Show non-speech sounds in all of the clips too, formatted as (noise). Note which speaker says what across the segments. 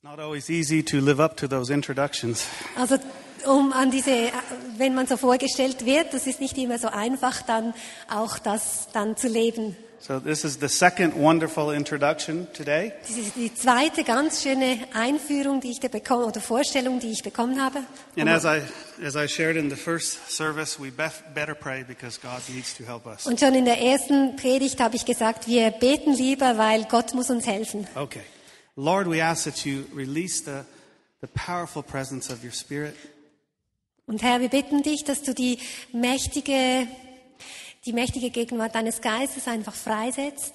Speaker 1: It's not always easy to live up to those introductions.
Speaker 2: Also um an diese, wenn man so vorgestellt wird, das ist nicht immer so einfach, dann auch das dann zu leben.
Speaker 1: So, this is the second wonderful introduction today.
Speaker 2: Das ist die zweite ganz schöne Einführung, die ich da bekommen oder Vorstellung, die ich bekommen habe.
Speaker 1: And as I, as I shared in the first service, we bef- better pray because God needs to help us.
Speaker 2: Und schon in der ersten Predigt habe ich gesagt, wir beten lieber, weil Gott muss uns helfen.
Speaker 1: Okay. Lord, we ask that you release the, the powerful presence of your Spirit.
Speaker 2: Und Herr, wir bitten dich, dass du die mächtige, die mächtige Gegenwart deines Geistes einfach freisetzt.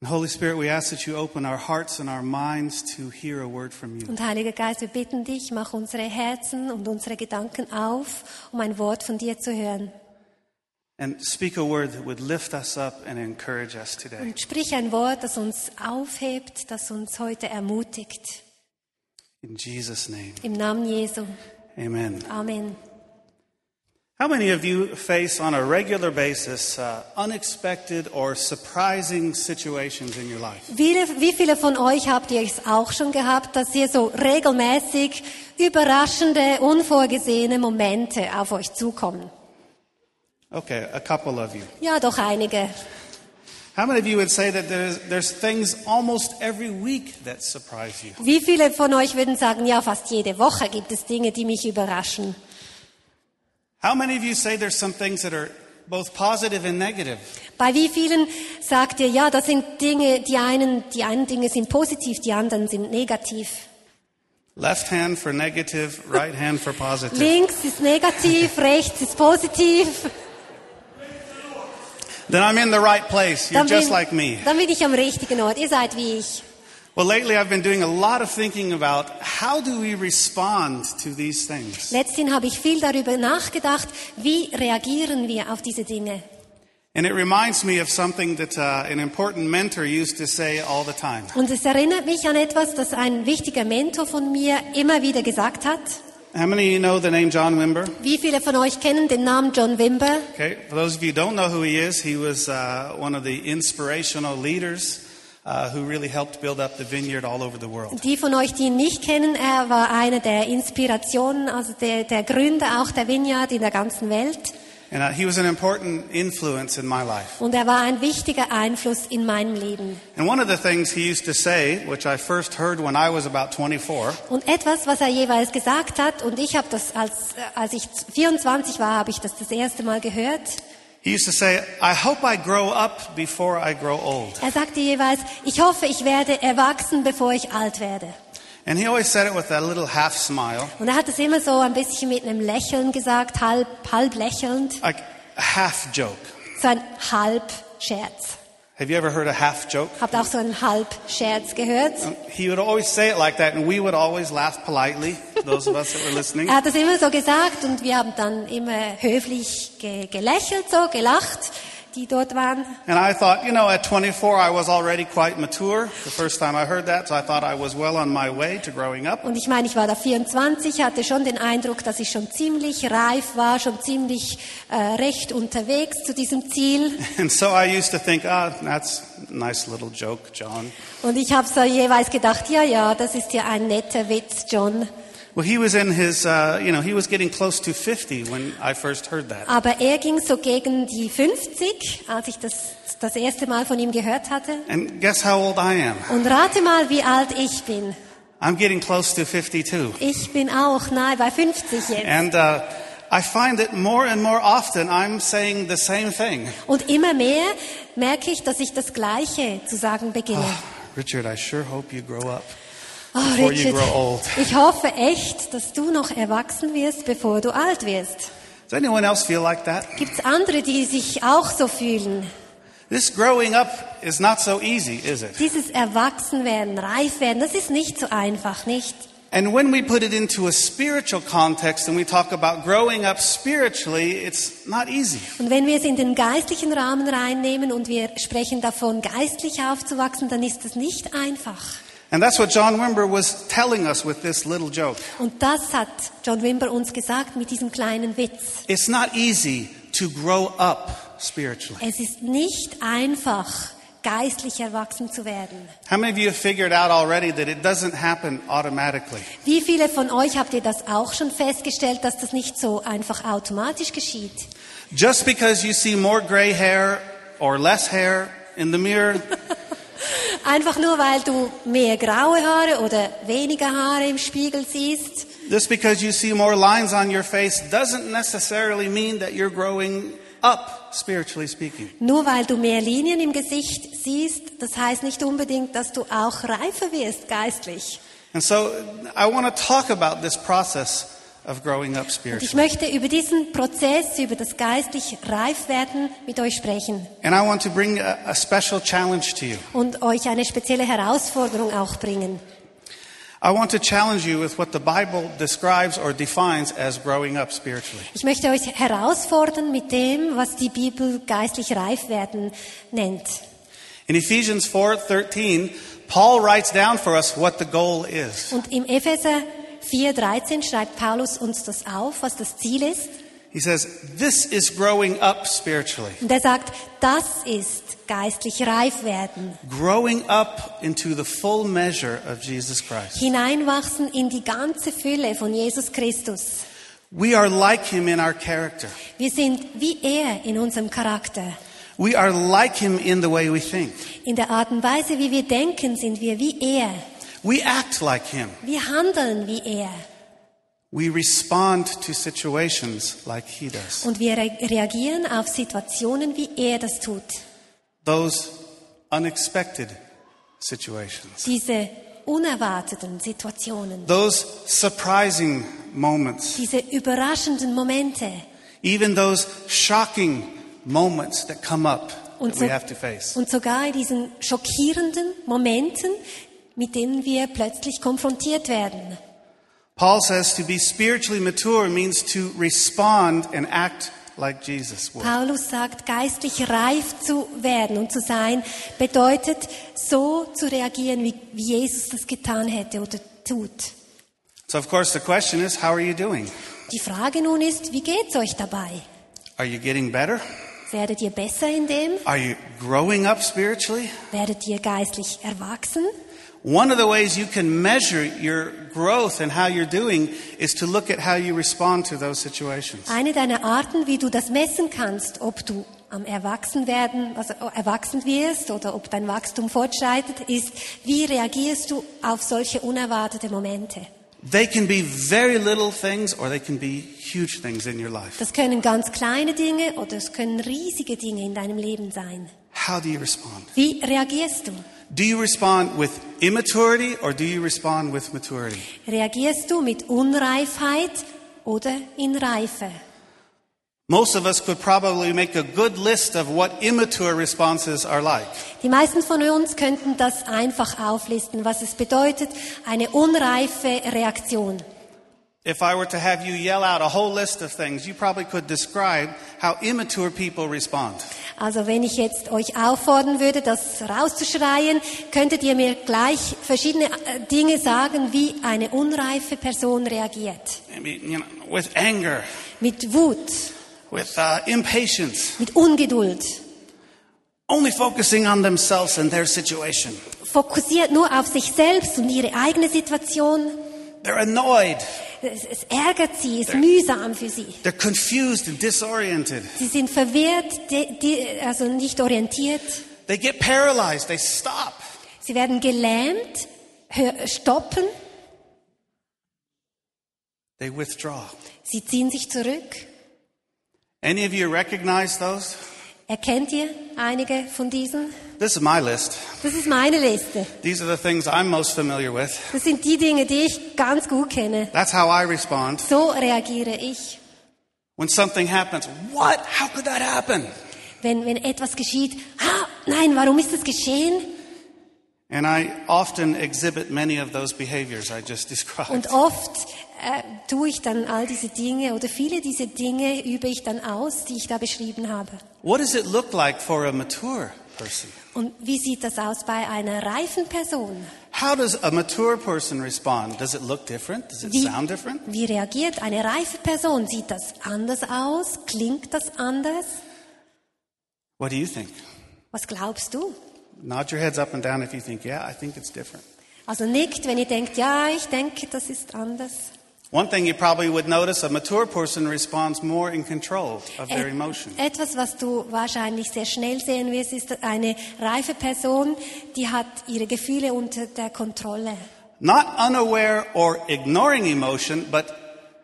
Speaker 1: And Holy Spirit, we ask that you open our hearts and our minds to hear a word from you.
Speaker 2: Und Heiliger Geist, wir bitten dich, mach unsere Herzen und unsere Gedanken auf, um ein Wort von dir zu hören.
Speaker 1: And speak a word that would lift us up and encourage us today.
Speaker 2: Und sprich ein Wort, das uns aufhebt, das uns heute ermutigt.
Speaker 1: In Jesus' name.
Speaker 2: Im Namen Jesu.
Speaker 1: Amen.
Speaker 2: Amen.
Speaker 1: How many of you face on a regular basis uh, unexpected or surprising situations in your life?
Speaker 2: Wie, wie viele von euch habt ihr es auch schon gehabt, dass ihr so regelmäßig überraschende, unvorgesehene Momente auf euch zukommen?
Speaker 1: Okay, a couple of you.
Speaker 2: Ja, doch einige.
Speaker 1: How many of you would say that there's, there's things almost every week that surprise you?
Speaker 2: Wie viele von euch würden sagen, ja, fast jede Woche gibt es Dinge, die mich überraschen?
Speaker 1: How many of you say there's some things that are both positive and negative?
Speaker 2: Bei wie vielen sagt ihr, ja, das sind Dinge, die einen, die einen Dinge sind positiv, die anderen sind negativ.
Speaker 1: Left hand for negative, right hand for positive.
Speaker 2: Links
Speaker 1: (laughs)
Speaker 2: ist negativ, rechts ist positiv.
Speaker 1: Then I'm in the right place. You're
Speaker 2: Dann bin,
Speaker 1: just like me.
Speaker 2: dann bin ich am richtigen Ort. Ihr seid wie ich.
Speaker 1: Well, lately I've been doing a lot of thinking about how do we respond to these things?
Speaker 2: Letzthin habe ich viel darüber nachgedacht, wie reagieren wir auf diese Dinge.
Speaker 1: And it reminds me of something that uh, an important mentor used to say all the time.
Speaker 2: Und es erinnert mich an etwas, das ein wichtiger Mentor von mir immer wieder gesagt hat.
Speaker 1: How many of you know the name John Wimber?
Speaker 2: Wie viele von euch kennen den Namen John Wimber?
Speaker 1: Okay, for those of you who don't know who he is, he was uh, one of the inspirational leaders uh, who really helped build up the vineyard all over the world.
Speaker 2: Die von euch, die ihn nicht kennen, er war einer der Inspirationen, also der, der Gründer auch der Vineyard in der ganzen Welt.
Speaker 1: And uh, he was an important influence in my life.
Speaker 2: Und er war ein wichtiger Einfluss in meinem Leben.
Speaker 1: And one of the things he used to say, which I first heard when I was about 24,
Speaker 2: Und etwas, was er jeweils gesagt hat, und ich habe das, als, als ich 24 war, habe ich das das erste Mal gehört.
Speaker 1: he used to say, I hope I grow up before I grow old.
Speaker 2: Er sagte jeweils, ich hoffe, ich werde erwachsen, bevor ich alt werde.
Speaker 1: And he always said it with that little half smile,
Speaker 2: Und er hat es immer so ein bisschen mit einem Lächeln gesagt, halb, halb lächelnd,
Speaker 1: like a half joke.
Speaker 2: so ein Halb-Scherz.
Speaker 1: Have you ever heard a half joke?
Speaker 2: Habt auch so einen Halb-Scherz gehört?
Speaker 1: He would always say it like that, and we would always laugh politely, those of us that were
Speaker 2: (laughs)
Speaker 1: listening.
Speaker 2: Er hat das immer so gesagt und wir haben dann immer höflich ge gelächelt, so gelacht, die dort waren.
Speaker 1: And I thought, you know, at 24, I was already quite mature the first time I heard that, so I thought I was well on my way to growing
Speaker 2: (laughs)
Speaker 1: up.
Speaker 2: Und ich meine, ich war da 24, hatte schon den Eindruck, dass ich schon ziemlich reif war, schon ziemlich äh, recht unterwegs zu diesem Ziel.
Speaker 1: And so I used to think, ah, that's a nice little joke, John.
Speaker 2: Und ich habe so jeweils gedacht, ja, ja, das ist ja ein netter Witz, John.
Speaker 1: Well, he was in his, uh, you know, he was getting close to 50 when I first heard that.
Speaker 2: Aber er ging so gegen die 50, als ich das das erste Mal von ihm gehört hatte.
Speaker 1: And guess how old I am?
Speaker 2: Und rate mal, wie alt ich bin.
Speaker 1: I'm getting close to 52.
Speaker 2: Ich bin auch nahe bei 50 jetzt.
Speaker 1: And uh, I find that more and more often I'm saying the same thing.
Speaker 2: Und immer mehr merke ich, dass ich das Gleiche zu sagen beginne.
Speaker 1: Richard, I sure hope you grow up.
Speaker 2: Oh,
Speaker 1: Before Ah, you grow old.
Speaker 2: ich hoffe echt, dass du noch erwachsen wirst, bevor du alt wirst.
Speaker 1: Does anyone else feel like that?
Speaker 2: Gibt's andere, die sich auch so fühlen?
Speaker 1: This growing up is not so easy, is it?
Speaker 2: Dieses Erwachsenwerden, Reifwerden, das ist nicht so einfach, nicht?
Speaker 1: And when we put it into a spiritual context and we talk about growing up spiritually, it's not easy.
Speaker 2: Und wenn wir es in den geistlichen Rahmen reinnehmen und wir sprechen davon, geistlich aufzuwachsen, dann ist es nicht einfach.
Speaker 1: And that's what John Wimber was telling us with this little joke.
Speaker 2: Und das hat John Wimber uns gesagt mit diesem kleinen Witz.
Speaker 1: It's not easy to grow up spiritually.
Speaker 2: Es ist nicht einfach, geistlich erwachsen zu werden.
Speaker 1: How many of you have figured out already that it doesn't happen automatically?
Speaker 2: Wie viele von euch habt ihr das auch schon festgestellt, dass das nicht so einfach automatisch geschieht?
Speaker 1: Just because you see more gray hair or less hair in the mirror
Speaker 2: Einfach nur, weil du mehr graue Haare oder weniger Haare im Spiegel siehst.
Speaker 1: Just because you see more lines on your face doesn't necessarily mean that you're growing up, spiritually speaking.
Speaker 2: Nur weil du mehr Linien im Gesicht siehst, das heißt nicht unbedingt, dass du auch reifer wirst geistlich.
Speaker 1: And so I want to talk about this process of growing up
Speaker 2: Und ich
Speaker 1: spiritually.
Speaker 2: möchte über diesen Prozess, über das geistlich Reifwerden mit euch sprechen
Speaker 1: And I want to bring a, a special challenge to you.
Speaker 2: und euch eine spezielle Herausforderung auch bringen.
Speaker 1: I want to challenge you with what the Bible describes or defines as growing up spiritually.
Speaker 2: Ich möchte euch herausfordern mit dem, was die Bibel geistlich Reifwerden nennt.
Speaker 1: In Ephesians 4:13, Paul writes down for us what the goal is.
Speaker 2: Und im Epheser 4,13 schreibt Paulus uns das auf, was das Ziel ist.
Speaker 1: He says, "This is growing up spiritually."
Speaker 2: Und er sagt, das ist geistlich reif werden,
Speaker 1: Growing up into the full measure of Jesus Christ.
Speaker 2: hineinwachsen in die ganze Fülle von Jesus Christus.
Speaker 1: We are like him in our character.
Speaker 2: Wir sind wie er in unserem Charakter.
Speaker 1: We are like him in the way we think.
Speaker 2: In der Art und Weise, wie wir denken, sind wir wie er.
Speaker 1: We act like him.
Speaker 2: Wir handeln wie er.
Speaker 1: We respond to situations like he does.
Speaker 2: Und wir re reagieren auf Situationen, wie er das tut.
Speaker 1: Those unexpected situations.
Speaker 2: Diese unerwarteten Situationen,
Speaker 1: Those surprising moments.
Speaker 2: diese überraschenden Momente.
Speaker 1: Even those shocking moments that come up that
Speaker 2: Und,
Speaker 1: we
Speaker 2: so-
Speaker 1: have to face.
Speaker 2: und sogar in diesen schockierenden Momenten, mit denen wir plötzlich konfrontiert werden.
Speaker 1: Paul says to be spiritually mature means to respond and act like Jesus would.
Speaker 2: Paulus sagt, geistlich reif zu werden und zu sein, bedeutet so zu reagieren, wie, wie Jesus das getan hätte oder tut.
Speaker 1: So, of course, the question is how are you doing?
Speaker 2: Die Frage nun ist, wie geht's euch dabei?
Speaker 1: Are you getting better?
Speaker 2: Werdet ihr besser in dem?
Speaker 1: Are you growing up spiritually?
Speaker 2: Werdet ihr geistlich erwachsen?
Speaker 1: One of the ways you can measure your growth and how you're doing is to look at how you respond to those situations.
Speaker 2: Eine deiner Arten, wie du das messen kannst, ob du am Erwachsenwerden, also erwachsen wirst oder ob dein Wachstum fortschreitet, ist, wie reagierst du auf solche unerwartete Momente?
Speaker 1: They can be very little things or they can be huge things in your life.
Speaker 2: Das können ganz kleine Dinge oder es können riesige Dinge in deinem Leben sein.
Speaker 1: How do you respond?
Speaker 2: Wie reagierst du?
Speaker 1: Do you respond with immaturity or do you respond with maturity?
Speaker 2: Reagierst du mit Unreifheit oder in Reife?
Speaker 1: Most of us could probably make a good list of what immature responses are like.
Speaker 2: Die meisten von uns könnten das einfach auflisten, was es bedeutet, eine unreife Reaktion.
Speaker 1: If I were to have you yell out a whole list of things, you probably could describe how immature people respond.
Speaker 2: Also wenn ich jetzt euch auffordern würde, das rauszuschreien, könntet ihr mir gleich verschiedene äh, Dinge sagen, wie eine unreife Person reagiert.
Speaker 1: I mean, you know, with anger,
Speaker 2: Mit Wut,
Speaker 1: with uh, impatience,
Speaker 2: mit Ungeduld,
Speaker 1: only focusing on themselves and their situation.
Speaker 2: fokussiert nur auf sich selbst und ihre eigene Situation.
Speaker 1: They're annoyed,
Speaker 2: Es, es ärgert sie, es ist mühsam für sie.
Speaker 1: they're confused and disoriented.
Speaker 2: Sie sind verwirrt, die, die, also nicht orientiert.
Speaker 1: They get paralyzed, they stop.
Speaker 2: Sie werden gelähmt, hör- stoppen,
Speaker 1: They withdraw.
Speaker 2: sie ziehen sich zurück.
Speaker 1: Any of you recognize those?
Speaker 2: Erkennt ihr einige von diesen?
Speaker 1: This is my list.
Speaker 2: Das ist meine Liste.
Speaker 1: These are the things I'm most familiar with.
Speaker 2: Das sind die Dinge, die ich ganz gut kenne.
Speaker 1: That's how I respond.
Speaker 2: So reagiere ich.
Speaker 1: When something happens, what? How could that happen?
Speaker 2: Wenn, wenn etwas geschieht, ah, nein, warum ist das geschehen?
Speaker 1: And I often exhibit many of those behaviors I just (laughs) described.
Speaker 2: Und oft äh, tue ich dann all diese Dinge oder viele dieser Dinge übe ich dann aus, die ich da beschrieben habe.
Speaker 1: What does it look like for a mature person?
Speaker 2: Und wie sieht das aus bei einer reifen Person?
Speaker 1: How does a mature person respond? Does it look different? Does it
Speaker 2: Wie,
Speaker 1: sound different?
Speaker 2: wie reagiert eine reife Person? Sieht das anders aus? Klingt das anders?
Speaker 1: What do you think?
Speaker 2: Was glaubst du?
Speaker 1: Nod your heads up and down if you think, yeah, I think it's different.
Speaker 2: Also nickt, wenn ihr denkt, ja, ich denke, das ist anders.
Speaker 1: One thing you probably would notice a mature person responds more in control of their
Speaker 2: Et-
Speaker 1: emotion.
Speaker 2: Etwas, was du wahrscheinlich sehr schnell sehen wirst, ist eine reife Person, die hat ihre Gefühle unter der Kontrolle.
Speaker 1: Not unaware or ignoring emotion, but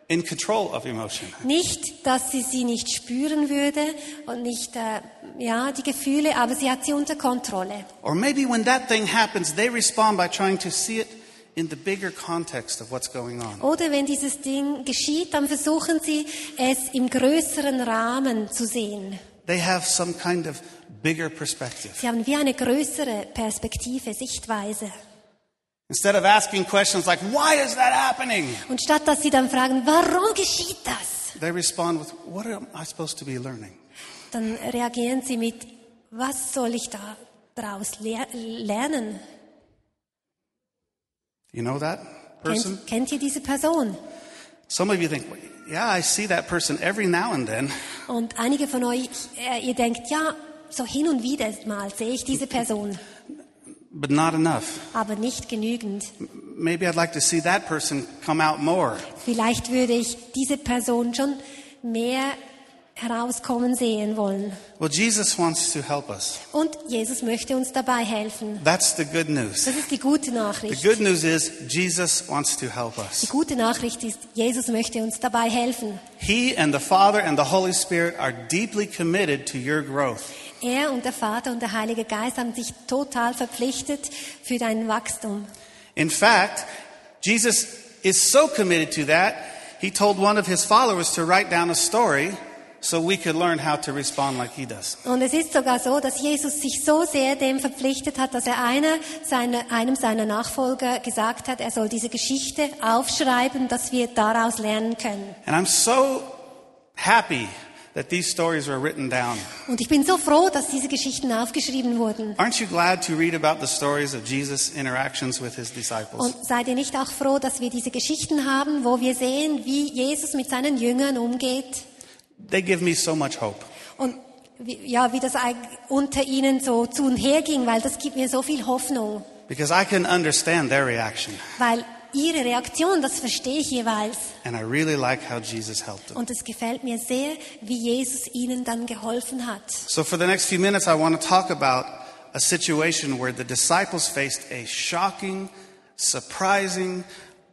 Speaker 1: in control of emotion.
Speaker 2: Nicht, dass sie sie nicht spüren würde und nicht, äh, ja, die Gefühle, aber sie hat sie unter Kontrolle.
Speaker 1: Or maybe when that thing happens, they respond by trying to see it in the bigger context of what's going on.
Speaker 2: Oder wenn dieses Ding geschieht, dann versuchen sie, es im größeren Rahmen zu sehen.
Speaker 1: They have some kind of bigger perspective.
Speaker 2: Sie haben wie eine größere Perspektive, Sichtweise.
Speaker 1: Instead of asking questions like, why is that happening?
Speaker 2: Und statt dass sie dann fragen, warum geschieht das?
Speaker 1: They respond with, what am I supposed to be learning?
Speaker 2: Dann reagieren sie mit, was soll ich da daraus ler lernen?
Speaker 1: You know that person?
Speaker 2: Kennt, kennt ihr diese Person?
Speaker 1: Some of you think, "Well, yeah, I see that person every now and then,
Speaker 2: Und einige von euch, äh, ihr denkt, ja, so hin und wieder mal sehe ich diese Person,
Speaker 1: but not enough.
Speaker 2: aber nicht genügend.
Speaker 1: Maybe I'd like to see that person come out more.
Speaker 2: Vielleicht würde ich diese Person schon mehr herauskommen sehen wollen.
Speaker 1: Well, Jesus wants to help us.
Speaker 2: Und Jesus möchte uns dabei helfen.
Speaker 1: That's the good news.
Speaker 2: Das ist die gute
Speaker 1: The
Speaker 2: Nachricht.
Speaker 1: good news is Jesus wants to help
Speaker 2: Die
Speaker 1: us.
Speaker 2: gute Nachricht ist, Jesus möchte uns dabei helfen.
Speaker 1: He and the Father and the Holy Spirit are deeply committed to your growth.
Speaker 2: Er und der Vater und der Heilige Geist haben sich total verpflichtet für dein Wachstum.
Speaker 1: In fact, Jesus is so committed to that, he told one of his followers to write down a story so we could learn how to respond like he does.
Speaker 2: Und es ist sogar so, dass Jesus sich so sehr dem verpflichtet hat, dass er einer seiner, einem seiner Nachfolger gesagt hat, er soll diese Geschichte aufschreiben, dass wir daraus lernen können.
Speaker 1: And I'm so happy that these stories were written down.
Speaker 2: Und ich bin so froh, dass diese Geschichten aufgeschrieben wurden.
Speaker 1: Aren't you glad to read about the stories of Jesus' interactions with his disciples?
Speaker 2: Und seid ihr nicht auch froh, dass wir diese Geschichten haben, wo wir sehen, wie Jesus mit seinen Jüngern umgeht
Speaker 1: They give me so much hope.
Speaker 2: und wie, ja, wie das eig- unter ihnen so zu und her ging, weil das gibt mir so viel Hoffnung,
Speaker 1: Because I can understand their reaction.
Speaker 2: weil ihre Reaktion, das verstehe ich jeweils
Speaker 1: And I really like how Jesus helped them.
Speaker 2: und es gefällt mir sehr, wie Jesus ihnen dann geholfen hat.
Speaker 1: So, for the next few minutes, I want to talk about a situation where the disciples faced a shocking, surprising,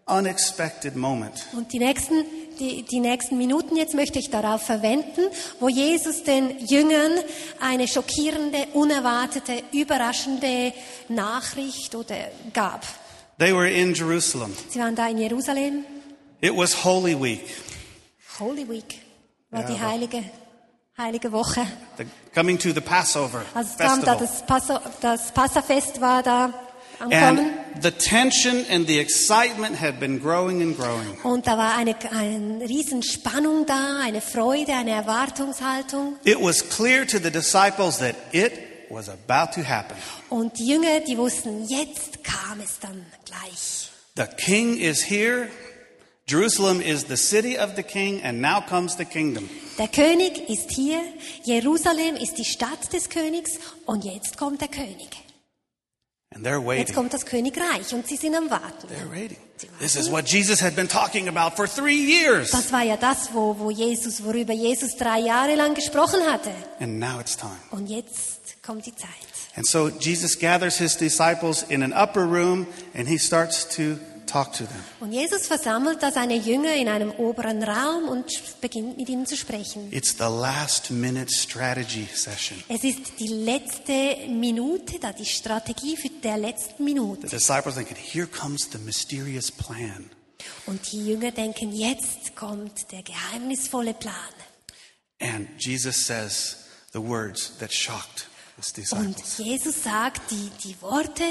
Speaker 1: unexpected moment.
Speaker 2: Und die nächsten, die, die nächsten Minuten jetzt möchte ich darauf verwenden, wo Jesus den Jüngern eine schockierende, unerwartete, überraschende Nachricht oder gab.
Speaker 1: They were in Jerusalem.
Speaker 2: Sie waren da in Jerusalem,
Speaker 1: It was Holy Week,
Speaker 2: Holy Week, war
Speaker 1: Ja,
Speaker 2: die
Speaker 1: aber-
Speaker 2: heilige, heilige Woche.
Speaker 1: the, coming to the Passover
Speaker 2: Also es kam da
Speaker 1: festival.
Speaker 2: das, Passa, das Passafest war da am Kommen.
Speaker 1: And the tension and the excitement had been growing and growing.
Speaker 2: Und da war eine, eine Riesenspannung da, eine Freude, eine Erwartungshaltung.
Speaker 1: It was clear to the disciples that it was about to happen.
Speaker 2: Und die Jünger, die wussten, jetzt kam es dann gleich.
Speaker 1: The king is here. Jerusalem is the city of the king, and now comes the kingdom.
Speaker 2: Der König ist hier, Jerusalem ist die Stadt des Königs und jetzt kommt der König.
Speaker 1: And they're
Speaker 2: Jetzt
Speaker 1: waiting.
Speaker 2: kommt das Königreich und sie sind am Warten.
Speaker 1: They're waiting. This is what Jesus had been talking about for three years.
Speaker 2: Das war ja das, wo, wo Jesus, worüber Jesus drei Jahre lang gesprochen hatte.
Speaker 1: And now it's time.
Speaker 2: Und jetzt kommt die Zeit.
Speaker 1: And so Jesus gathers his disciples in an upper room and he starts to talk to them.
Speaker 2: Und Jesus versammelt da seine Jünger in einem oberen Raum und beginnt mit ihnen zu sprechen.
Speaker 1: It's the last minute strategy session.
Speaker 2: Es ist die letzte Minute, da die Strategie für der letzten Minute.
Speaker 1: The disciples thinking, here comes the mysterious plan.
Speaker 2: Und die Jünger denken, jetzt kommt der geheimnisvolle Plan.
Speaker 1: And Jesus says the words that shocked his
Speaker 2: Und
Speaker 1: disciples.
Speaker 2: Jesus sagt die, die Worte,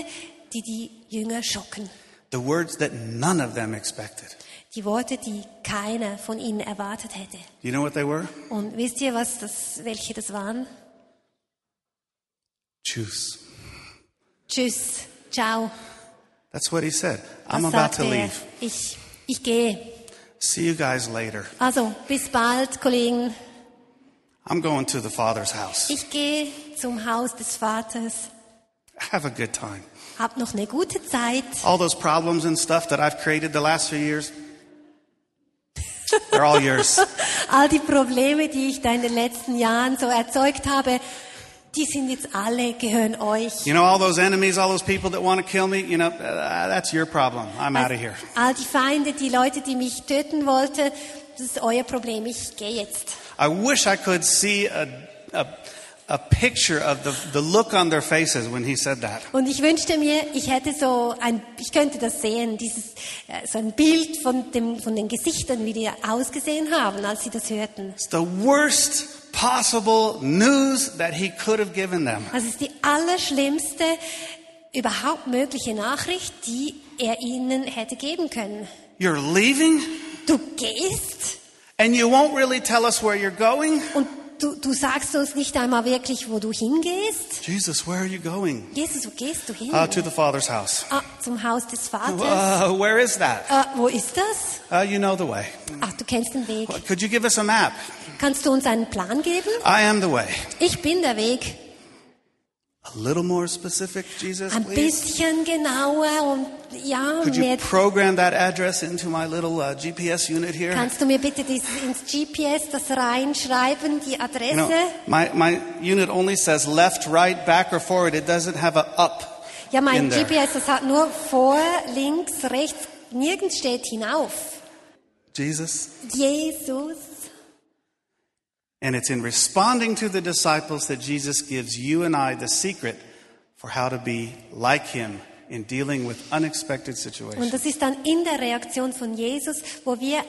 Speaker 2: die die Jünger schocken.
Speaker 1: The words that none of them expected.
Speaker 2: Die Worte, die keiner von ihnen erwartet hätte.
Speaker 1: Do you know what they were?
Speaker 2: Und wisst ihr, was das, welche das waren?
Speaker 1: Choose.
Speaker 2: Tschüss, ciao.
Speaker 1: That's what he said.
Speaker 2: Das
Speaker 1: I'm about
Speaker 2: sagte
Speaker 1: to
Speaker 2: er.
Speaker 1: leave.
Speaker 2: Ich, ich gehe.
Speaker 1: See you guys later.
Speaker 2: Also, bis bald, Kollegen.
Speaker 1: I'm going to the Father's house.
Speaker 2: Ich gehe zum Haus des Vaters.
Speaker 1: have a good time.
Speaker 2: Habt noch eine gute Zeit.
Speaker 1: All those problems and stuff that I've created the last few years, they're all yours.
Speaker 2: All die Probleme, die ich da in den letzten Jahren so erzeugt habe, die sind jetzt alle, gehören euch.
Speaker 1: You know, all those enemies, all those people that want to kill me, you know, uh, that's your problem. I'm out of here.
Speaker 2: All die Feinde, die Leute, die mich töten wollten, das ist euer Problem. Ich gehe jetzt.
Speaker 1: I wish I could see a, a, a picture of the, the look on their faces when he said that.
Speaker 2: Und ich wünschte mir, ich hätte so ein, ich könnte das sehen, dieses, äh, so ein Bild von dem, von den Gesichtern, wie die ausgesehen haben, als sie das hörten.
Speaker 1: It's the worst possible news that he could have given them.
Speaker 2: Also es ist die allerschlimmste überhaupt mögliche Nachricht, die er ihnen hätte geben können.
Speaker 1: You're leaving,
Speaker 2: Du gehst
Speaker 1: and you won't really tell us where you're going.
Speaker 2: und du, du sagst uns nicht einmal wirklich, wo du hingehst.
Speaker 1: Jesus, where are you going?
Speaker 2: Jesus, wo gehst du hin?
Speaker 1: Uh, to the Father's house.
Speaker 2: ah, zum Haus des Vaters.
Speaker 1: Uh, where is that?
Speaker 2: Ah, wo ist das?
Speaker 1: Uh, you know the way.
Speaker 2: Ach, du kennst den Weg.
Speaker 1: Well, Could you give us a map?
Speaker 2: Kannst du uns einen Plan geben?
Speaker 1: I am the way.
Speaker 2: Ich bin der Weg.
Speaker 1: A little more specific, Jesus,
Speaker 2: Ein
Speaker 1: please.
Speaker 2: bisschen genauer und ja,
Speaker 1: Could you
Speaker 2: mehr.
Speaker 1: program that address into my little uh, GPS unit here?
Speaker 2: Kannst du mir bitte dieses, ins GPS das reinschreiben, die Adresse?
Speaker 1: You know, my, my unit only says left, right, back, or forward. It doesn't have a up.
Speaker 2: ja, mein
Speaker 1: in there.
Speaker 2: GPS, das hat nur vor, links, rechts, nirgends steht hinauf.
Speaker 1: Jesus.
Speaker 2: Jesus.
Speaker 1: And it's in responding to the disciples that Jesus gives you and I the secret for how to be like him in dealing with unexpected situations.
Speaker 2: Und das ist dann in der Reaktion von Jesus, wo wir,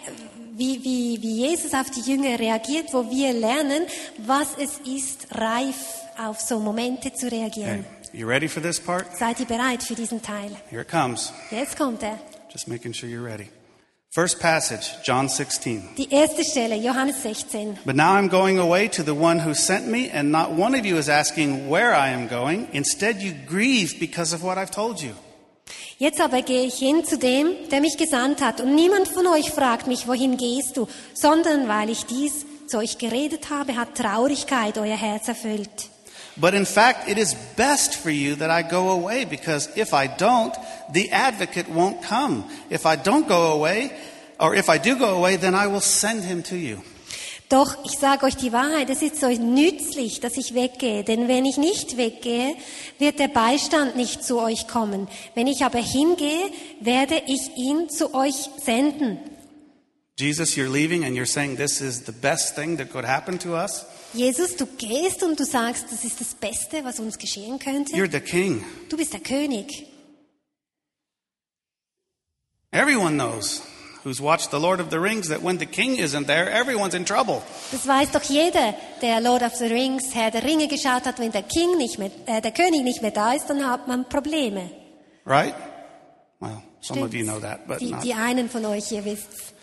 Speaker 2: wie, wie, wie Jesus auf die Jünger reagiert, wo wir lernen, was es ist, reif auf so Momente zu reagieren.
Speaker 1: Okay. You ready for this part?
Speaker 2: Seid ihr bereit für diesen Teil?
Speaker 1: Here it comes.
Speaker 2: Jetzt kommt er.
Speaker 1: Just making sure you're ready. First passage, John 16.
Speaker 2: Die erste Stelle, Johannes 16.
Speaker 1: But now I'm going away to the one who sent me, and not one of you is asking where I am going. Instead, you grieve because of what I've told you.
Speaker 2: Jetzt aber gehe ich hin zu dem, der mich gesandt hat, und niemand von euch fragt mich, wohin gehst du, sondern weil ich dies zu euch geredet habe, hat Traurigkeit euer Herz erfüllt.
Speaker 1: But in fact, it is best for you that I go away, because if I don't, the advocate won't come. If I don't go away, or if I do go away, then I will send him to you.
Speaker 2: Doch ich sage euch die Wahrheit, es ist euch nützlich, dass ich weggehe, denn wenn ich nicht weggehe, wird der Beistand nicht zu euch kommen. Wenn ich aber hingehe, werde ich ihn zu euch senden.
Speaker 1: Jesus, you're leaving, and you're saying this is the best thing that could happen to us.
Speaker 2: Jesus, du gehst und du sagst, das ist das Beste, was uns geschehen könnte.
Speaker 1: You're the king.
Speaker 2: Du bist der König.
Speaker 1: Everyone knows who's watched The Lord of the Rings that when the king isn't there, everyone's in trouble.
Speaker 2: Das weiß doch jeder, der Lord of the Rings, Herr der Ringe geschaut hat. Wenn der, King nicht mehr, äh, der König nicht mehr da ist, dann hat man Probleme.
Speaker 1: Right? Well, some of you know
Speaker 2: Stimmt's?
Speaker 1: that, but
Speaker 2: die,
Speaker 1: not.
Speaker 2: die einen von euch, ihr wisst's.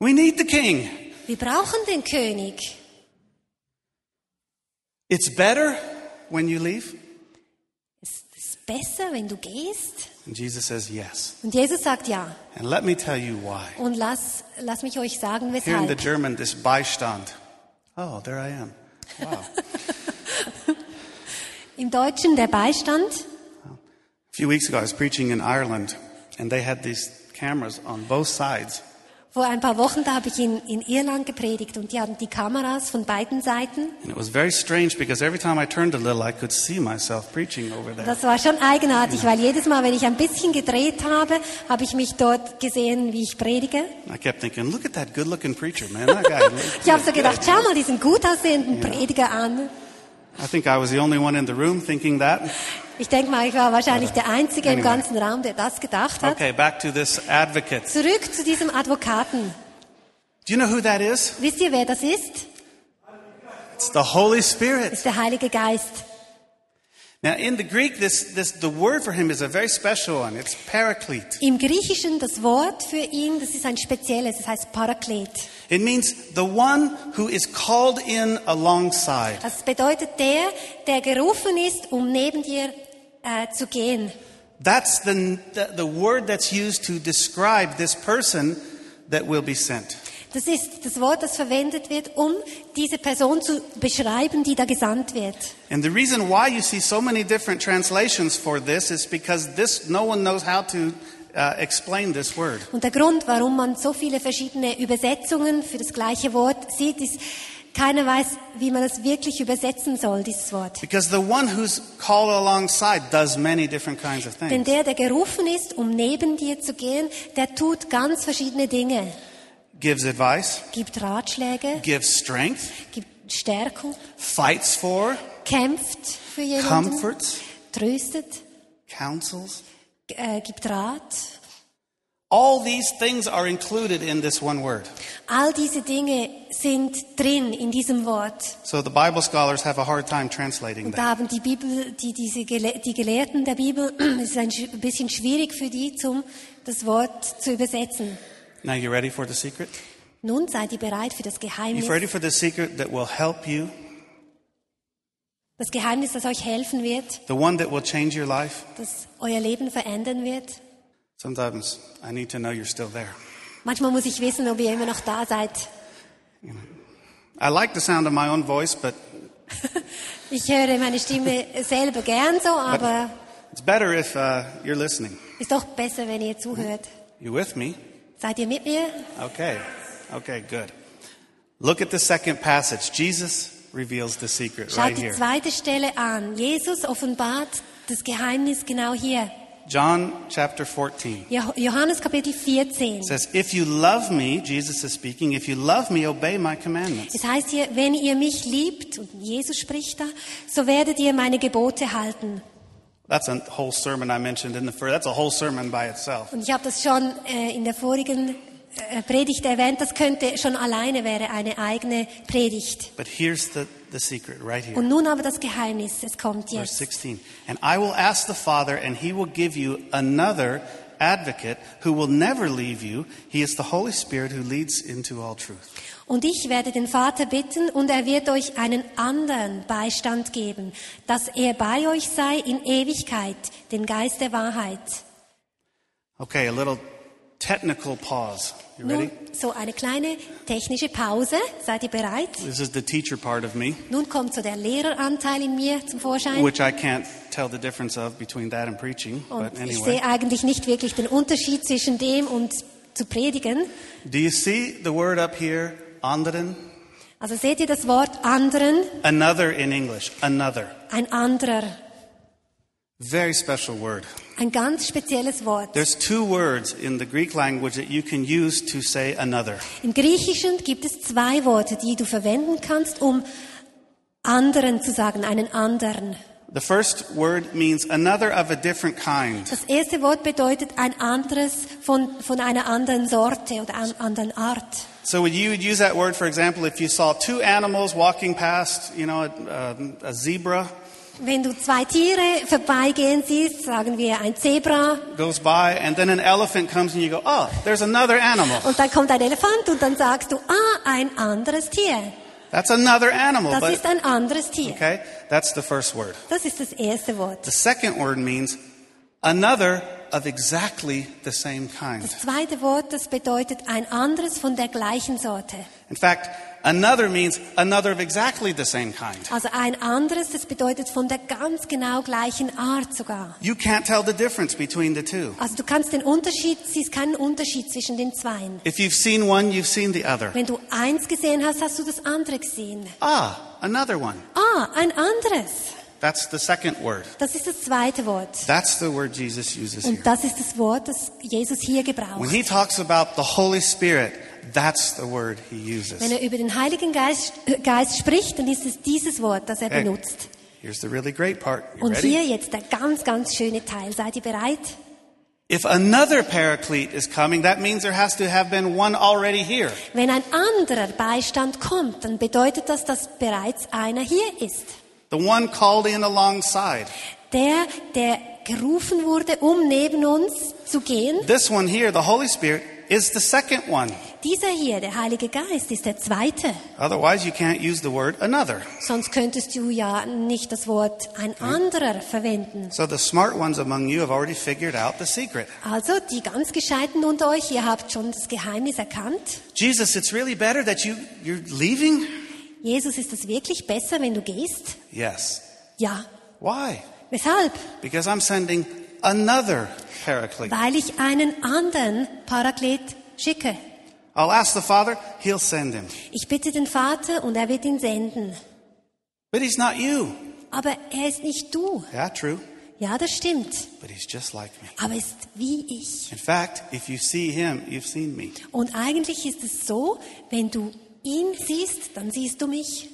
Speaker 1: We need the king.
Speaker 2: Wir brauchen den König.
Speaker 1: It's better when you leave.
Speaker 2: Es ist besser, wenn du gehst.
Speaker 1: And Jesus says yes.
Speaker 2: Und Jesus sagt ja.
Speaker 1: And let me tell you why.
Speaker 2: Und lass, lass mich euch sagen,
Speaker 1: Here in the
Speaker 2: weshalb.
Speaker 1: German, this Beistand. Oh, there I am. Wow. A
Speaker 2: Im Deutschen der Beistand.
Speaker 1: few weeks ago, I was preaching in Ireland, and they had these cameras on both sides.
Speaker 2: Vor ein paar Wochen, da habe ich in, in Irland gepredigt und die hatten die Kameras von beiden Seiten.
Speaker 1: And it was very strange because every time I turned a little, I could see myself preaching over there.
Speaker 2: Das war schon eigenartig, weil jedes Mal, wenn ich ein bisschen gedreht habe, habe ich mich dort gesehen, wie ich predige.
Speaker 1: And I kept thinking, look at that good looking preacher, man. That guy.
Speaker 2: Ich habe so gedacht, schau mal diesen gut aussehenden Prediger an.
Speaker 1: I think I was the only one in the room thinking that.
Speaker 2: Ich denke mal, ich war wahrscheinlich der Einzige im ganzen Raum, der das gedacht hat.
Speaker 1: Okay, back to this advocate.
Speaker 2: Zurück zu diesem Advokaten.
Speaker 1: Do you know who that is?
Speaker 2: Wisst ihr, wer das ist?
Speaker 1: It's the Holy
Speaker 2: Das
Speaker 1: Spirit.
Speaker 2: ist der Heilige Geist.
Speaker 1: Now, in the Greek, this, this, the word for him is a very special one. It's paraclete.
Speaker 2: Im Griechischen das Wort für ihn, das ist ein spezielles, das heißt Paraklet.
Speaker 1: It means the one who is called in alongside.
Speaker 2: Das bedeutet der, der gerufen ist, um neben dir äh, zu gehen.
Speaker 1: That's the, the, the word that's used to describe this person that will be sent.
Speaker 2: Das ist das Wort, das verwendet wird, um diese Person zu beschreiben, die da gesandt wird.
Speaker 1: And the reason why you see so many different translations for this is because this no one knows how to uh, explain this word.
Speaker 2: Und der Grund, warum man so viele verschiedene Übersetzungen für das gleiche Wort sieht, ist, keiner weiß, wie man das wirklich übersetzen soll, dieses Wort.
Speaker 1: Because the one who's called alongside does many different kinds of
Speaker 2: Denn
Speaker 1: things.
Speaker 2: der, der gerufen ist, um neben dir zu gehen, der tut ganz verschiedene Dinge.
Speaker 1: Gives advice,
Speaker 2: Gibt Ratschläge,
Speaker 1: gives strength,
Speaker 2: gibt Stärkung,
Speaker 1: fights for,
Speaker 2: kämpft für jemanden,
Speaker 1: comforts,
Speaker 2: tröstet,
Speaker 1: counsels.
Speaker 2: äh, gibt Rat.
Speaker 1: All these things are included in this one word.
Speaker 2: All diese Dinge sind drin in diesem Wort.
Speaker 1: So the Bible scholars have a hard time translating
Speaker 2: Und
Speaker 1: that.
Speaker 2: da haben die Bibel, die, diese Gele die Gelehrten der Bibel, (clears throat) es ist ein sch- ein bisschen schwierig für die, zum, das Wort zu übersetzen.
Speaker 1: Now you ready for the secret?
Speaker 2: Nun seid ihr bereit für das
Speaker 1: You
Speaker 2: Geheimnis.
Speaker 1: ready for the secret that will help you,
Speaker 2: Das Geheimnis, das euch helfen wird,
Speaker 1: the one that will change your life?
Speaker 2: das euer Leben verändern wird.
Speaker 1: Sometimes I need to know you're still there.
Speaker 2: Manchmal muss ich wissen, ob ihr immer noch da seid.
Speaker 1: I like the sound of my own voice, but
Speaker 2: Ich höre meine Stimme selber gern so, aber
Speaker 1: it's better if uh, you're listening.
Speaker 2: ist doch besser, wenn ihr zuhört.
Speaker 1: You with me?
Speaker 2: Seid ihr mit mir?
Speaker 1: Okay. Okay, good. Look at the second passage. Jesus reveals the secret
Speaker 2: Schaut
Speaker 1: right
Speaker 2: die
Speaker 1: here.
Speaker 2: zweite Stelle an. Jesus offenbart das Geheimnis genau hier.
Speaker 1: John chapter 14
Speaker 2: Jo- Johannes Kapitel 14.
Speaker 1: It says, If you love me, Jesus is speaking, if you love me, obey my commandments.
Speaker 2: Es heißt hier, wenn ihr mich liebt, und Jesus spricht da, so werdet ihr meine Gebote halten.
Speaker 1: That's a whole sermon I mentioned in the first. That's a whole sermon by itself.
Speaker 2: Und ich habe das schon äh, in der vorigen äh, Predigt erwähnt, das könnte schon alleine wäre eine eigene Predigt.
Speaker 1: But here's the, the secret right here.
Speaker 2: Und nun aber das Geheimnis, es kommt
Speaker 1: Verse
Speaker 2: jetzt.
Speaker 1: 16. And I will ask the Father, and he will give you another advocate who will never leave you. He is the Holy Spirit who leads into all truth.
Speaker 2: Und ich werde den Vater bitten, und er wird euch einen anderen Beistand geben, dass er bei euch sei in Ewigkeit, den Geist der Wahrheit.
Speaker 1: Okay, a little technical pause. You
Speaker 2: Nun,
Speaker 1: ready?
Speaker 2: so eine kleine technische Pause. Seid ihr bereit?
Speaker 1: This is the teacher part of me,
Speaker 2: Nun kommt so der Lehreranteil in mir zum Vorschein.
Speaker 1: which I can't tell the difference of between that and preaching. But
Speaker 2: Und ich sehe
Speaker 1: anyway.
Speaker 2: eigentlich nicht wirklich den Unterschied zwischen dem und zu predigen.
Speaker 1: Do you see the word up here, anderen?
Speaker 2: Also seht ihr das Wort anderen?
Speaker 1: Another in English, another.
Speaker 2: Ein anderer.
Speaker 1: Very special word.
Speaker 2: Ein ganz spezielles Wort.
Speaker 1: There's two words in the Greek language that you can use to say another.
Speaker 2: Im Griechischen gibt es zwei Worte, die du verwenden kannst, um anderen zu sagen, einen anderen.
Speaker 1: The first word means another of a different kind.
Speaker 2: Das erste Wort bedeutet ein anderes von, von einer anderen Sorte oder einer anderen Art.
Speaker 1: So when you would use that word, for example, if you saw two animals walking past, you know, a, a zebra
Speaker 2: Wenn du zwei Tiere vorbeigehen siehst, sagen wir ein Zebra
Speaker 1: goes by, and then an elephant comes, and you go, oh, there's another animal.
Speaker 2: und dann kommt ein Elefant und dann sagst du, ah, ein anderes Tier.
Speaker 1: That's another animal.
Speaker 2: Das ist
Speaker 1: But,
Speaker 2: ein anderes Tier.
Speaker 1: okay, that's the first word.
Speaker 2: Das ist das erste Wort.
Speaker 1: The second word means another of exactly the same kind.
Speaker 2: Das zweite Wort, das bedeutet ein anderes von der gleichen Sorte.
Speaker 1: In fact, another means another of exactly the same kind.
Speaker 2: Also ein anderes, das bedeutet von der ganz genau gleichen Art sogar.
Speaker 1: You can't tell the difference between the two.
Speaker 2: Also du kannst den Unterschied, siehst keinen Unterschied zwischen den Zweien.
Speaker 1: If you've seen one, you've seen the other.
Speaker 2: Wenn du eins gesehen hast, hast du das andere gesehen.
Speaker 1: Ah, another one.
Speaker 2: Ah, ein anderes.
Speaker 1: That's the second word.
Speaker 2: Das ist das zweite Wort.
Speaker 1: That's the word Jesus uses here.
Speaker 2: Und das ist das Wort, das Jesus hier
Speaker 1: When
Speaker 2: gebraucht.
Speaker 1: he talks about the Holy Spirit, that's the word he
Speaker 2: Wenn
Speaker 1: uses.
Speaker 2: er über den Heiligen Geist, äh, Geist spricht, dann ist es dieses Wort, das er
Speaker 1: Okay.
Speaker 2: benutzt.
Speaker 1: Here's the really great part. You
Speaker 2: Und hier
Speaker 1: ready?
Speaker 2: jetzt der ganz, ganz schöne Teil. Seid ihr bereit?
Speaker 1: If another paraclete is coming, that means there has to have been one already here.
Speaker 2: Wenn ein anderer Beistand kommt, dann bedeutet das, dass bereits einer hier ist.
Speaker 1: The one called in alongside.
Speaker 2: Der, der gerufen wurde, um neben uns zu gehen,
Speaker 1: This one here, the Holy Spirit, is the second one.
Speaker 2: Dieser hier, der Heilige Geist, ist der zweite.
Speaker 1: Otherwise, you can't use the word another.
Speaker 2: Sonst könntest du ja nicht das Wort ein anderer verwenden.
Speaker 1: So the smart ones among you have already figured out the secret.
Speaker 2: Also die ganz Gescheiten unter euch, ihr habt schon das Geheimnis erkannt.
Speaker 1: Jesus, it's really better that you, you're leaving?
Speaker 2: Jesus, ist es wirklich besser, wenn du gehst?
Speaker 1: Yes.
Speaker 2: Ja.
Speaker 1: Why?
Speaker 2: Weshalb?
Speaker 1: Because I'm sending another paraclete.
Speaker 2: Weil ich einen anderen Paraklet schicke.
Speaker 1: I'll ask the Father, He'll send him.
Speaker 2: Ich bitte den Vater und er wird ihn senden.
Speaker 1: But He's not you.
Speaker 2: Aber er ist nicht du.
Speaker 1: Yeah, true.
Speaker 2: Ja, das stimmt.
Speaker 1: But He's just like me.
Speaker 2: Aber er ist wie ich.
Speaker 1: In fact, if you see Him, you've seen me.
Speaker 2: Und eigentlich ist es so, wenn du ihn siehst, dann siehst du mich.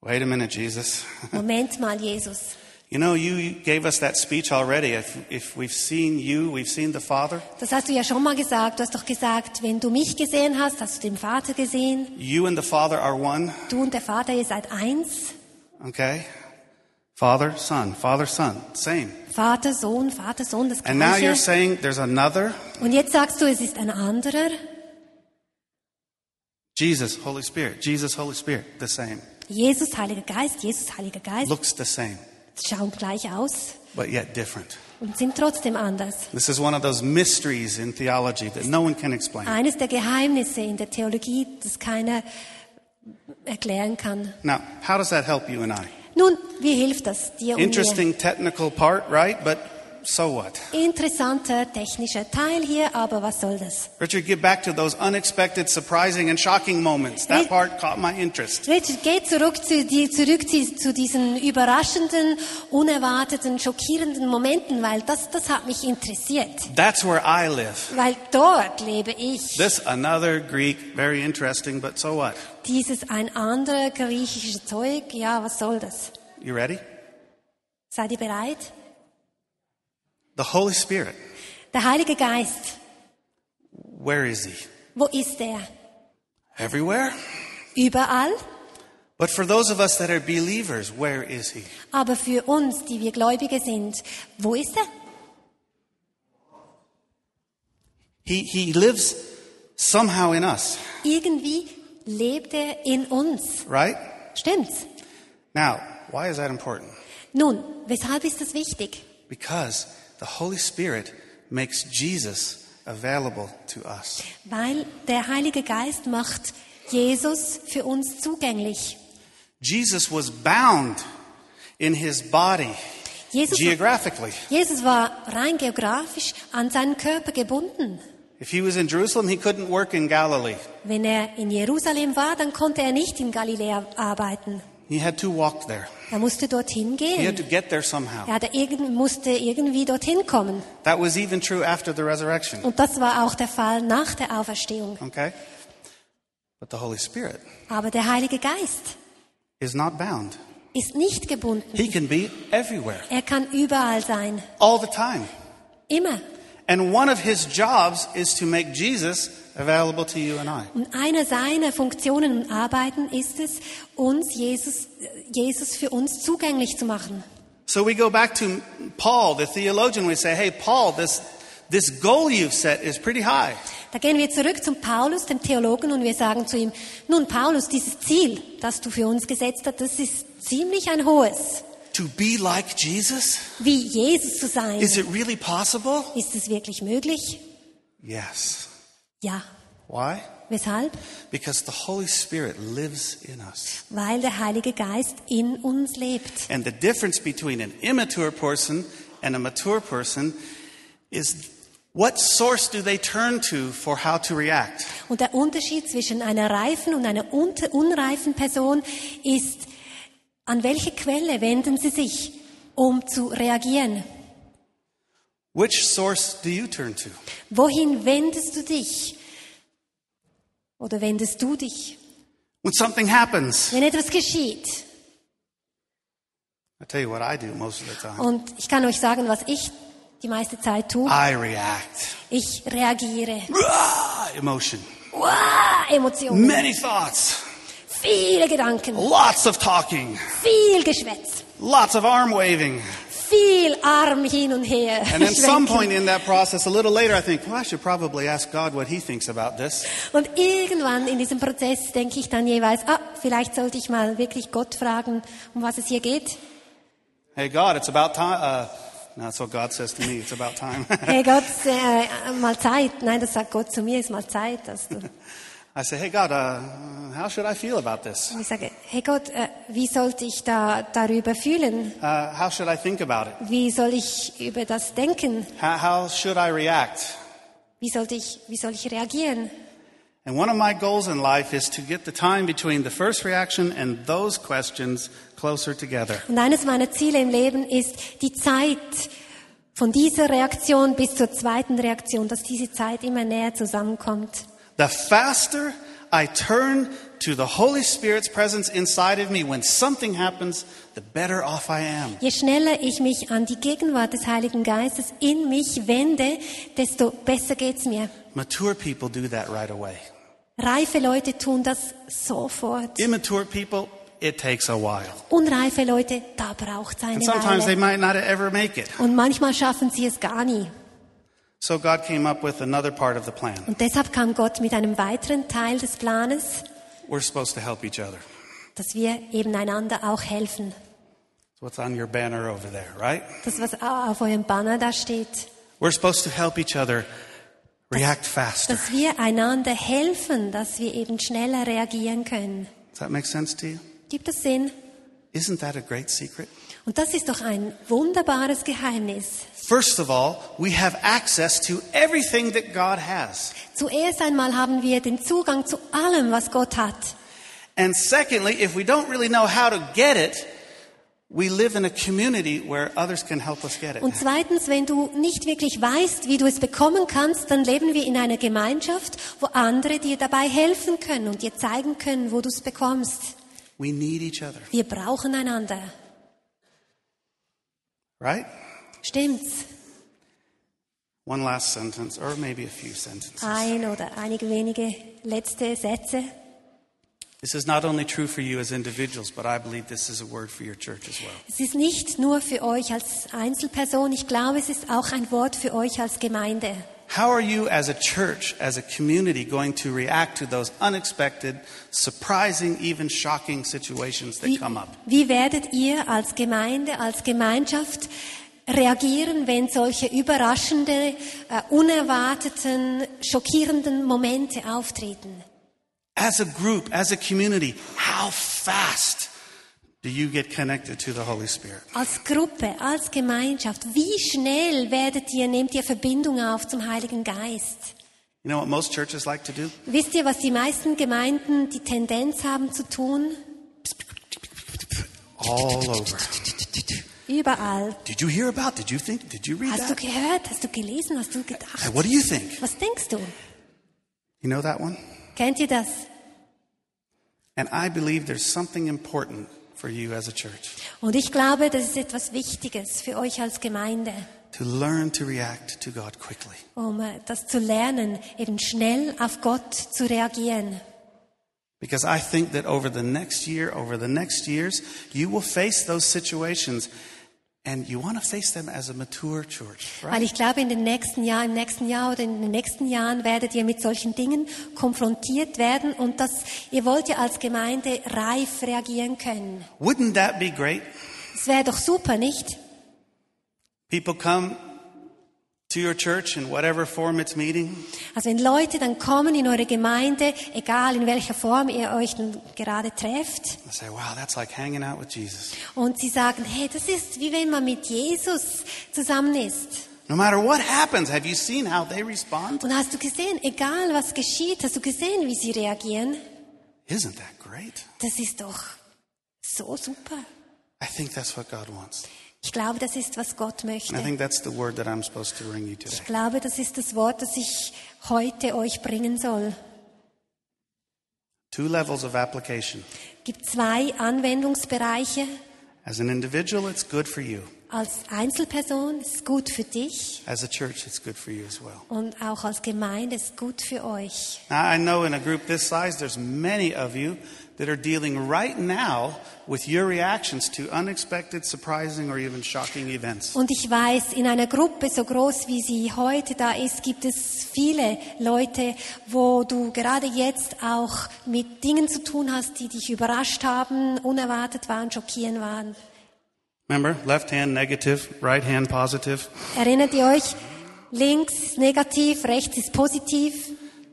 Speaker 1: Wait a minute, Jesus.
Speaker 2: Moment mal, Jesus.
Speaker 1: You know, you gave us that speech already. If, if we've seen you, we've seen the Father.
Speaker 2: Das hast du ja schon mal gesagt. Du hast doch gesagt, wenn du mich gesehen hast, hast du den Vater gesehen.
Speaker 1: You and the Father are one.
Speaker 2: Du und der Vater, ihr seid eins.
Speaker 1: Okay? Father, Son, Father, Son, same.
Speaker 2: Vater, Sohn, Vater, Sohn, das
Speaker 1: And now you're
Speaker 2: Gleiche.
Speaker 1: saying there's another
Speaker 2: Und jetzt sagst du, es ist ein anderer.
Speaker 1: Jesus, Holy Spirit, Jesus, Holy Spirit, the same.
Speaker 2: Jesus, Heiliger Geist, Jesus, Heiliger Geist.
Speaker 1: Looks the same,
Speaker 2: Schauen gleich aus
Speaker 1: but yet different.
Speaker 2: und sind trotzdem anders.
Speaker 1: This is one of those mysteries in theology that no one can explain.
Speaker 2: Eines der Geheimnisse in der Theologie, das keiner erklären kann.
Speaker 1: Now, how does that help you and I?
Speaker 2: Nun, wie hilft das dir und mir?
Speaker 1: Interesting technical part, right? But so what?
Speaker 2: Interessanter technischer Teil hier, aber was soll das?
Speaker 1: Richard, get back to those unexpected, surprising, and shocking moments. That part caught my interest.
Speaker 2: Richard, geh zurück zu, die, zurück zu, zu diesen überraschenden, unerwarteten, schockierenden Momenten, weil das, das hat mich interessiert.
Speaker 1: That's where I live.
Speaker 2: Weil dort lebe ich.
Speaker 1: This, another Greek, very interesting, but so what?
Speaker 2: Dieses ein anderer griechische Zeug, ja, was soll das?
Speaker 1: You ready?
Speaker 2: Seid ihr bereit?
Speaker 1: The Holy Spirit.
Speaker 2: Der Heilige Geist,
Speaker 1: Where is he?
Speaker 2: wo ist er?
Speaker 1: Everywhere.
Speaker 2: Überall?
Speaker 1: But for those of us that are believers, where is he?
Speaker 2: Aber für uns, die wir Gläubige sind, wo ist er?
Speaker 1: He, he lives somehow in us,
Speaker 2: Irgendwie lebt er in uns.
Speaker 1: right?
Speaker 2: Stimmt's?
Speaker 1: Now, why is that important?
Speaker 2: Nun, weshalb ist das wichtig?
Speaker 1: Because the Holy Spirit makes Jesus available to us.
Speaker 2: Weil der Heilige Geist macht Jesus für uns zugänglich.
Speaker 1: Jesus was bound in his body
Speaker 2: Jesus,
Speaker 1: geographically.
Speaker 2: Jesus war rein geografisch an seinen Körper gebunden.
Speaker 1: If he was in Jerusalem, he couldn't work in Galilee.
Speaker 2: Wenn er in Jerusalem war, dann konnte er nicht in Galiläa arbeiten.
Speaker 1: He had to walk there.
Speaker 2: Er musste dorthin
Speaker 1: He had to
Speaker 2: gehen.
Speaker 1: get there somehow.
Speaker 2: Er hatte irgend, musste irgendwie dorthin kommen.
Speaker 1: That was even true after the resurrection.
Speaker 2: Und das war auch der Fall nach der Auferstehung.
Speaker 1: Okay? But the Holy Spirit
Speaker 2: Aber der Heilige Geist
Speaker 1: is not bound.
Speaker 2: ist nicht gebunden.
Speaker 1: He can be everywhere,
Speaker 2: Er kann überall sein.
Speaker 1: all the time.
Speaker 2: Immer.
Speaker 1: And one of his jobs is to make Jesus available to you and I.
Speaker 2: Und einer seiner Funktionen und Arbeiten ist es, uns Jesus, Jesus für uns zugänglich zu machen.
Speaker 1: So we go back to Paul, the theologian. We say, hey, Paul, this, this goal you've set is pretty high.
Speaker 2: Da gehen wir zurück zum Paulus, dem Theologen, und wir sagen zu ihm, nun Paulus, dieses Ziel, das du für uns gesetzt hast, das ist ziemlich ein hohes.
Speaker 1: To be like Jesus?
Speaker 2: Wie Jesus zu sein,
Speaker 1: Is it really possible?
Speaker 2: ist es wirklich möglich?
Speaker 1: Yes.
Speaker 2: Ja.
Speaker 1: Why?
Speaker 2: Weshalb?
Speaker 1: Because the Holy Spirit lives in us.
Speaker 2: Weil der Heilige Geist in uns lebt.
Speaker 1: And the difference between an immature person and a mature person is what source do they turn to for how to react?
Speaker 2: Und der Unterschied zwischen einer reifen und einer unter- unreifen Person ist, an welche Quelle wenden sie sich, um zu reagieren?
Speaker 1: Which source do you turn to?
Speaker 2: Wohin wendest du dich? Oder wendest du dich,
Speaker 1: When something happens,
Speaker 2: wenn etwas geschieht?
Speaker 1: I tell you what I do most of the time.
Speaker 2: Und ich kann euch sagen, was ich die meiste Zeit tue.
Speaker 1: I react.
Speaker 2: Ich reagiere.
Speaker 1: Rah! Emotion.
Speaker 2: Uah, Emotionen,
Speaker 1: Many thoughts.
Speaker 2: viele Gedanken,
Speaker 1: Lots of talking.
Speaker 2: viel Geschwätz,
Speaker 1: Lots of arm waving.
Speaker 2: viel Arm hin und her.
Speaker 1: And
Speaker 2: (laughs)
Speaker 1: then some
Speaker 2: schwenken.
Speaker 1: point in that process, a little later, I think, well, I should probably ask God what He thinks about this.
Speaker 2: Und irgendwann in diesem Prozess denke ich dann jeweils, ah, vielleicht sollte ich mal wirklich Gott fragen, um was es hier geht.
Speaker 1: Hey, God, it's about time. Uh, no, that's what God says to me. It's about time.
Speaker 2: Hey Gott, äh, mal Zeit. Nein, das sagt Gott zu mir, ist mal Zeit. Dass du. Und
Speaker 1: (laughs) I say, Hey, God, uh, how should I feel about this?
Speaker 2: ich sage, hey Gott, äh, wie sollte ich da darüber fühlen?
Speaker 1: Uh, how should I think about it?
Speaker 2: Wie soll ich über das denken?
Speaker 1: How, how should I react?
Speaker 2: Wie sollte ich, wie soll ich reagieren?
Speaker 1: And one of my goals in life is to get the time between the first reaction and those questions closer together.
Speaker 2: Und eines meiner Ziele im Leben ist, die Zeit von dieser Reaktion bis zur zweiten Reaktion, dass diese Zeit immer näher zusammenkommt.
Speaker 1: The faster I turn to the Holy Spirit's presence inside of me when something happens, the better off I am.
Speaker 2: Je schneller ich mich an die Gegenwart des Heiligen Geistes in mich wende, desto besser geht's mir.
Speaker 1: Mature people do that right away.
Speaker 2: Reife Leute tun das sofort.
Speaker 1: Immature people, it takes a while.
Speaker 2: Unreife Leute, da braucht's eine
Speaker 1: And sometimes they
Speaker 2: Weile.
Speaker 1: might not ever make it.
Speaker 2: Und manchmal schaffen sie es gar nie.
Speaker 1: So God came up with another part of the plan.
Speaker 2: Und deshalb kam Gott mit einem weiteren Teil des Planes,
Speaker 1: We're supposed to help each other.
Speaker 2: dass wir eben einander auch helfen.
Speaker 1: It's what's on your banner over there, right?
Speaker 2: Das, was au- auf eurem Banner da steht.
Speaker 1: We're supposed to help each other react faster.
Speaker 2: Dass wir einander helfen, dass wir eben schneller reagieren können.
Speaker 1: Does that make sense to you?
Speaker 2: Gibt es Sinn?
Speaker 1: Isn't that a great secret?
Speaker 2: Und das ist doch ein wunderbares Geheimnis.
Speaker 1: First of all, we have access to everything that God has.
Speaker 2: Zuerst einmal haben wir den Zugang zu allem, was Gott hat.
Speaker 1: And secondly, if we don't really know how to get it, we live in a community where others can help us get it.
Speaker 2: Und zweitens, wenn du nicht wirklich weißt, wie du es bekommen kannst, dann leben wir in einer Gemeinschaft, wo andere dir dabei helfen können und dir zeigen können, wo du es bekommst.
Speaker 1: We need each other,
Speaker 2: Wir brauchen einander.
Speaker 1: right?
Speaker 2: Stimmt's?
Speaker 1: One last sentence, or maybe a few sentences.
Speaker 2: Ein oder einige wenige letzte Sätze.
Speaker 1: This is not only true for you as individuals, but I believe this is a word for your church as well.
Speaker 2: Es ist nicht nur für euch als Einzelperson, ich glaube, es ist auch ein Wort für euch als Gemeinde.
Speaker 1: How are you as a church, as a community, going to react to those unexpected, surprising, even shocking situations that
Speaker 2: Wie,
Speaker 1: come up?
Speaker 2: wie werdet ihr als Gemeinde, als Gemeinschaft reagieren, wenn solche überraschende, äh, unerwarteten, schockierenden Momente auftreten?
Speaker 1: As a group, as a community, how fast do you get connected to the Holy Spirit?
Speaker 2: Als Gruppe, als Gemeinschaft, wie schnell werdet ihr, nehmt ihr Verbindung auf zum Heiligen Geist?
Speaker 1: You know what most churches like to do?
Speaker 2: Wisst ihr, was die meisten Gemeinden die Tendenz haben zu tun?
Speaker 1: All over.
Speaker 2: Überall.
Speaker 1: Did you hear about? Did you think? Did you read
Speaker 2: Hast du
Speaker 1: that?
Speaker 2: gehört? Hast du gelesen? Hast du gedacht?
Speaker 1: Hey, what do you think?
Speaker 2: Was denkst du?
Speaker 1: You know that one?
Speaker 2: Kennt ihr das?
Speaker 1: And I believe there's something important for you as a church
Speaker 2: Und ich glaube, das ist etwas Wichtiges für euch als Gemeinde,
Speaker 1: to learn to react to God quickly.
Speaker 2: um äh, das zu lernen, eben schnell auf Gott zu reagieren.
Speaker 1: Because I think that over the next year, over the next years, you will face those situations and you want to face them as a mature church,
Speaker 2: Weil
Speaker 1: right?
Speaker 2: ich glaube, in den nächsten Jahr, im nächsten Jahr oder in den nächsten Jahren werdet ihr mit solchen Dingen konfrontiert werden und das, ihr wollt ja als Gemeinde reif reagieren können.
Speaker 1: Wouldn't that be great?
Speaker 2: Es wäre doch super, nicht?
Speaker 1: People come to your church in whatever form it's meeting,
Speaker 2: Also wenn Leute dann kommen in eure Gemeinde, egal in welcher Form ihr euch denn gerade trefft,
Speaker 1: and say, wow, that's like hanging out with Jesus.
Speaker 2: und sie sagen, hey, das ist wie wenn man mit Jesus zusammen ist.
Speaker 1: No matter what happens, have you seen how they respond?
Speaker 2: Und hast du gesehen, egal was geschieht, hast du gesehen, wie sie reagieren?
Speaker 1: Isn't that great?
Speaker 2: Das ist doch so super.
Speaker 1: I think that's what God wants.
Speaker 2: Ich glaube, das ist, was Gott
Speaker 1: And I
Speaker 2: möchte.
Speaker 1: think that's the word that I'm supposed to bring you today.
Speaker 2: Ich glaube, das ist das Wort, das ich heute euch bringen soll.
Speaker 1: Two levels of application.
Speaker 2: Es gibt zwei Anwendungsbereiche.
Speaker 1: As an individual, it's good for you.
Speaker 2: Als Einzelperson ist gut für dich
Speaker 1: As a church, it's good for you as well.
Speaker 2: und auch als Gemeinde ist gut für euch.
Speaker 1: Now, I know in a group this size, there's many of you that are dealing right now with your reactions to unexpected, surprising, or even shocking events.
Speaker 2: Und ich weiß, in einer Gruppe so groß wie sie heute da ist, gibt es viele Leute, wo du gerade jetzt auch mit Dingen zu tun hast, die dich überrascht haben, unerwartet waren, schockierend waren.
Speaker 1: Remember, left hand negative, right hand positive.
Speaker 2: Erinnert ihr euch? Links ist negativ, rechts ist positiv.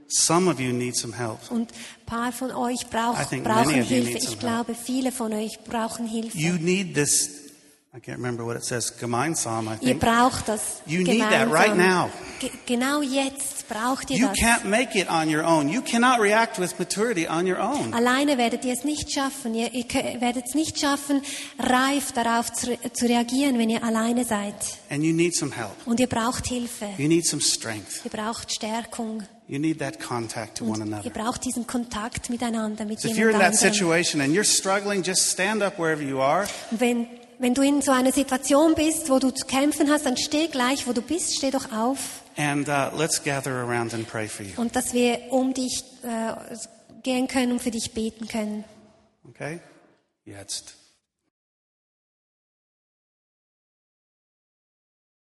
Speaker 1: Some of you need some help.
Speaker 2: Und ein paar von euch
Speaker 1: I
Speaker 2: brauch,
Speaker 1: think many
Speaker 2: brauchen
Speaker 1: of you
Speaker 2: Hilfe.
Speaker 1: need some
Speaker 2: Ich glaube, viele von euch brauchen Hilfe.
Speaker 1: You need this, I can't remember what it says, Gemeinsam, I
Speaker 2: ihr
Speaker 1: think.
Speaker 2: braucht das
Speaker 1: You need that
Speaker 2: gemeinsam.
Speaker 1: right now.
Speaker 2: Ge genau jetzt braucht ihr
Speaker 1: You
Speaker 2: das.
Speaker 1: can't make it on your own. You cannot react with maturity on your own.
Speaker 2: Alleine werdet ihr es nicht schaffen. Ihr, ihr kö- werdet es nicht schaffen, reif darauf zu, re- zu reagieren, wenn ihr alleine seid.
Speaker 1: And you need some help.
Speaker 2: Und ihr braucht Hilfe.
Speaker 1: You need some strength.
Speaker 2: Ihr braucht Stärkung.
Speaker 1: You need that contact to one
Speaker 2: Und
Speaker 1: another.
Speaker 2: ihr braucht diesen Kontakt miteinander, mit
Speaker 1: So if you're in
Speaker 2: jemand
Speaker 1: that
Speaker 2: anderem.
Speaker 1: situation and you're struggling, just stand up wherever you are
Speaker 2: Und Wenn, wenn du in so einer Situation bist, wo du zu kämpfen hast, dann steh gleich, wo du bist, steh doch auf.
Speaker 1: and uh, let's gather around and pray for you.
Speaker 2: Und dass wir um dich äh, gehen können und für dich beten können.
Speaker 1: Okay? Jetzt.